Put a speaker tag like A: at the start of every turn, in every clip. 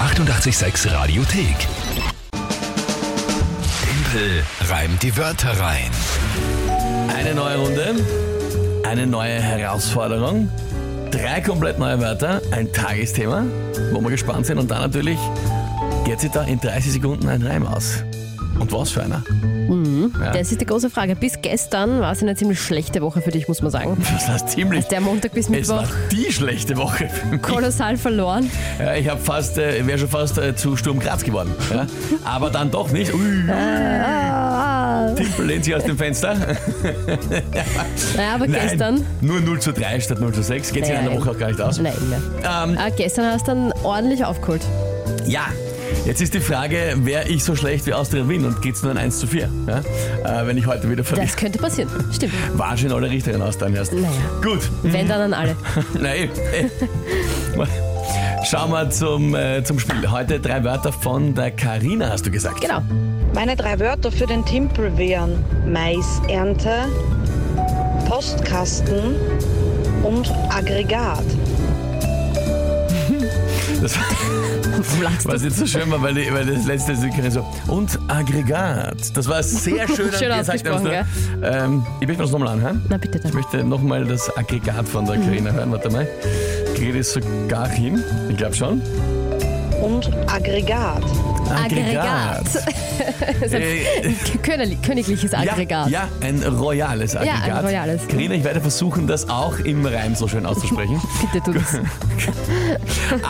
A: 886 Radiothek. Tempel reimt die Wörter rein.
B: Eine neue Runde, eine neue Herausforderung, drei komplett neue Wörter, ein Tagesthema, wo wir gespannt sind und dann natürlich geht sich da in 30 Sekunden ein Reim aus. Und was für einer? Ja.
C: Das ist die große Frage. Bis gestern war es eine ziemlich schlechte Woche für dich, muss man sagen.
B: Das war ziemlich.
C: Also der Montag bis
B: Es war
C: Mittwoch
B: die schlechte Woche für mich.
C: kolossal verloren.
B: Ja, ich habe fast, äh, wäre schon fast äh, zu Sturm Graz geworden. Ja? Aber dann doch nicht. Ui,
C: Ah.
B: Timpel lehnt sich aus dem Fenster.
C: Naja, aber
B: Nein,
C: gestern.
B: nur 0 zu 3 statt 0 zu 6. Geht sich in einer
C: Nein.
B: Woche auch gar nicht aus.
C: Nein, ne.
B: Ähm,
C: Ah, gestern hast du dann ordentlich aufgeholt.
B: ja, jetzt ist die Frage, wäre ich so schlecht wie Austria Wien und geht's nur ein 1 zu 4? Ja? Äh, wenn ich heute wieder verliere.
C: Das könnte passieren. Stimmt.
B: Wahrscheinlich alle Richterin aus dann erst.
C: Naja.
B: Gut,
C: Wenn dann an alle.
B: Nein. Schauen wir zum, äh, zum Spiel. Heute drei Wörter von der Karina, hast du gesagt.
C: Genau.
D: Meine drei Wörter für den Timpel wären Maisernte, Postkasten und Aggregat.
B: Das war, was jetzt so schön war, weil, die, weil das letzte ist die Karina so. Und Aggregat. Das war sehr schön,
C: Schön
B: gesagt.
C: ausgesprochen,
B: ne? ähm, ich möchte mir das nochmal anhören.
C: Na bitte dann. Mhm.
B: Ich möchte nochmal das Aggregat von der Karina hören. Warte mal. Kriege ich das sogar hin? Ich glaube schon.
D: Und Aggregat.
C: Das ist ein
B: Äh,
C: königli- königliches Aggregat.
B: Ja, ja, ein royales
C: ein
B: Aggregat.
C: royales.
B: Karina, ich werde versuchen, das auch im Reim so schön auszusprechen.
C: Bitte tu das.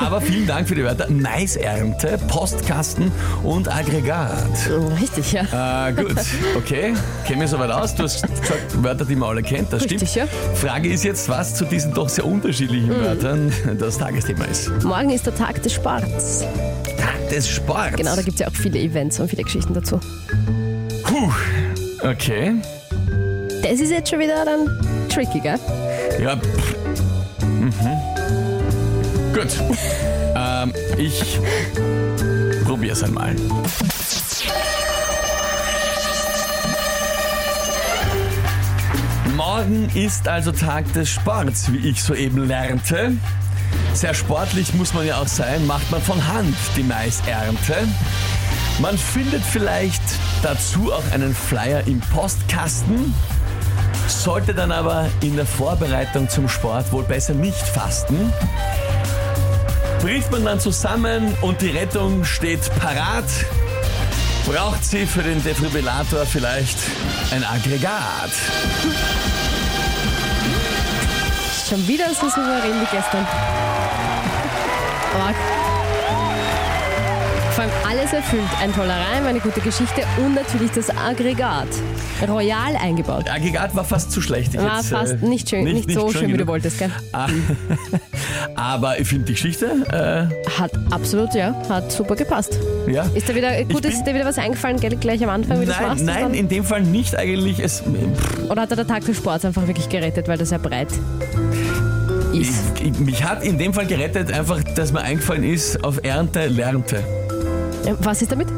B: Aber vielen Dank für die Wörter. Maisernte, Postkasten und Aggregat.
C: Oh, Richtig, ja.
B: Äh, gut, okay. Käme mir soweit aus. Du hast gesagt, Wörter, die man alle kennt, das stimmt.
C: Richtig, ja. Mhm.
B: Frage ist jetzt, was zu diesen doch sehr unterschiedlichen Wörtern das Tagesthema ist.
C: Morgen ist der Tag des Sports.
B: Tag des Sports.
C: Genau, da gibt es ja auch viele Events und viele Geschichten dazu.
B: Puh, okay.
C: Das ist jetzt schon wieder dann tricky, gell?
B: Ja. pff. Mhm. Gut. ähm, ich probier's einmal. Morgen ist also Tag des Sports, wie ich soeben lernte. Sehr sportlich muss man ja auch sein, macht man von Hand die Maisernte. Man findet vielleicht dazu auch einen Flyer im Postkasten sollte dann aber in der Vorbereitung zum Sport wohl besser nicht fasten. Bricht man dann zusammen und die Rettung steht parat, braucht sie für den Defibrillator vielleicht ein Aggregat.
C: Schon wieder so souverän wie gestern. Org. Vor allem alles erfüllt. Ein toller Reim, eine gute Geschichte und natürlich das Aggregat. Royal eingebaut.
B: Aggregat war fast zu schlecht. Ich
C: War
B: hätt's,
C: fast
B: äh,
C: nicht schön, nicht, so schön, wie du
B: genug.
C: wolltest, gell?
B: Ah, aber ich finde die Geschichte,
C: Hat absolut, ja, hat super gepasst.
B: äh, ja.
C: Ist dir wieder, gut,
B: bin-
C: ist dir wieder was eingefallen, gell, gleich am Anfang, wie du das
B: Nein,
C: machst? und
B: nein, in dem Fall nicht eigentlich. Es, äh,
C: dann, oder hat er der Tag des Sports einfach wirklich gerettet, weil das ja breit ist?
B: Ich- ich- Mich hat in dem Fall gerettet, einfach, dass mir eingefallen ist, auf Ernte lernte.
C: Was ist damit?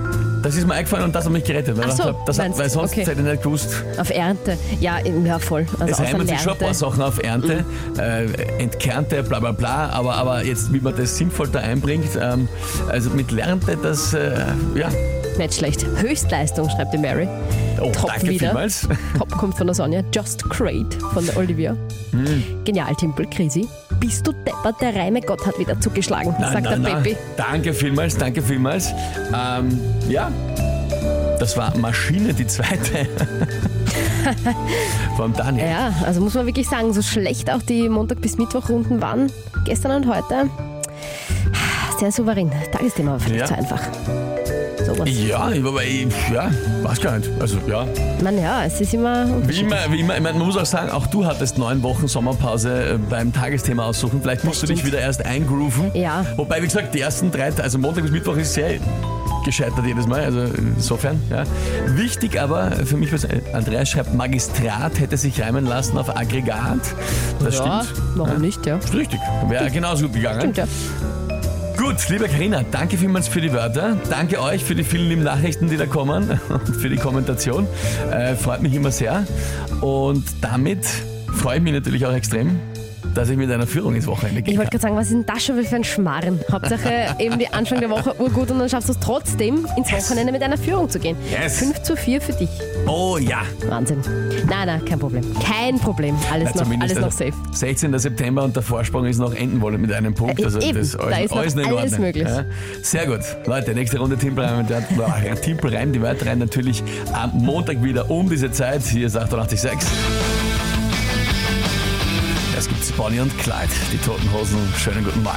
B: Das ist mir eingefallen und das hat mich gerettet. Weil,
C: Ach so,
B: ich hab- das hat,
C: meinst
B: weil
C: du,
B: sonst
C: okay.
B: hätte ich nicht gewusst.
C: Auf Ernte. Ja, im- ja voll. Also
B: Es
C: außer Mhm.
B: reimen sich schon ein paar
C: Lernte.
B: Sachen auf Ernte, äh, entkernte, bla bla bla. Aber, aber jetzt, wie man das sinnvoll da einbringt, ähm, also mit lernte, das, äh, ja.
C: Nicht schlecht. Höchstleistung, schreibt die Mary.
B: Oh,
C: Top
B: danke
C: wieder.
B: vielmals.
C: Top kommt von der Sonja. Just great von der Olivia.
B: Hm.
C: Genial, Timpel, Krisi. Bist du deppert? Der reime Gott hat wieder zugeschlagen, sagt der Peppi.
B: Danke vielmals, danke vielmals. Ähm, ja, das war Maschine, die zweite. Vom Daniel.
C: Ja, also muss man wirklich sagen, so schlecht auch die Montag- bis Mittwochrunden waren, gestern und heute, sehr souverän. Tagesthema war vielleicht
B: Ja.
C: zu einfach. Sowas.
B: Ja, ich- aber ich, ja, weiß gar nicht. Also ja.
C: Man, ja, es ist immer.
B: Wie immer, wie immer, ich meine, man muss auch sagen, auch du hattest neun Wochen Sommerpause äh, beim Tagesthema aussuchen. Vielleicht musst du dich wieder erst eingrooven.
C: Ja.
B: Wobei, wie gesagt, die ersten drei, also Montag bis Mittwoch ist sehr gescheitert jedes Mal, also insofern, ja. Wichtig aber für mich, was äh, Andreas schreibt, Magistrat hätte sich reimen lassen auf Aggregat. Das
C: ja,
B: stimmt.
C: warum nicht, ja.
B: Ist richtig. Wäre genauso gut gegangen.
C: Stimmt, ja.
B: Gut, liebe Karina, danke vielmals für die Wörter. Danke euch für die vielen lieben Nachrichten, die da kommen und für die Kommentation. Äh, freut mich immer sehr. Und damit freue ich mich natürlich auch extrem dass ich mit einer Führung ins Wochenende gehe.
C: Ich wollte gerade sagen, was ist denn das schon wieder für ein Schmarren? Hauptsache eben die Anfang der Woche urgut und dann schaffst du es trotzdem, ins Wochenende mit einer Führung zu gehen.
B: Yes.
C: 5 zu 4 für dich.
B: Oh ja.
C: Wahnsinn. Nein, nein, kein Problem. Kein Problem. Alles,
B: Na,
C: noch, alles
B: zumindest also
C: noch safe.
B: 16. September und der Vorsprung ist noch enden wollen mit einem Punkt.
C: Äh,
B: Also
C: eben,
B: das ist alles,
C: da ist noch
B: alles, noch in
C: alles
B: Ordnung,
C: möglich.
B: Ja? Sehr gut. Leute, nächste Runde Timpelreim. und Wörter- boah, Timpelreim, die Wörter rein natürlich am Montag wieder um diese Zeit. Hier ist 88.6. Es gibt Bonnie und Clyde, die Toten Hosen. Schönen guten Morgen.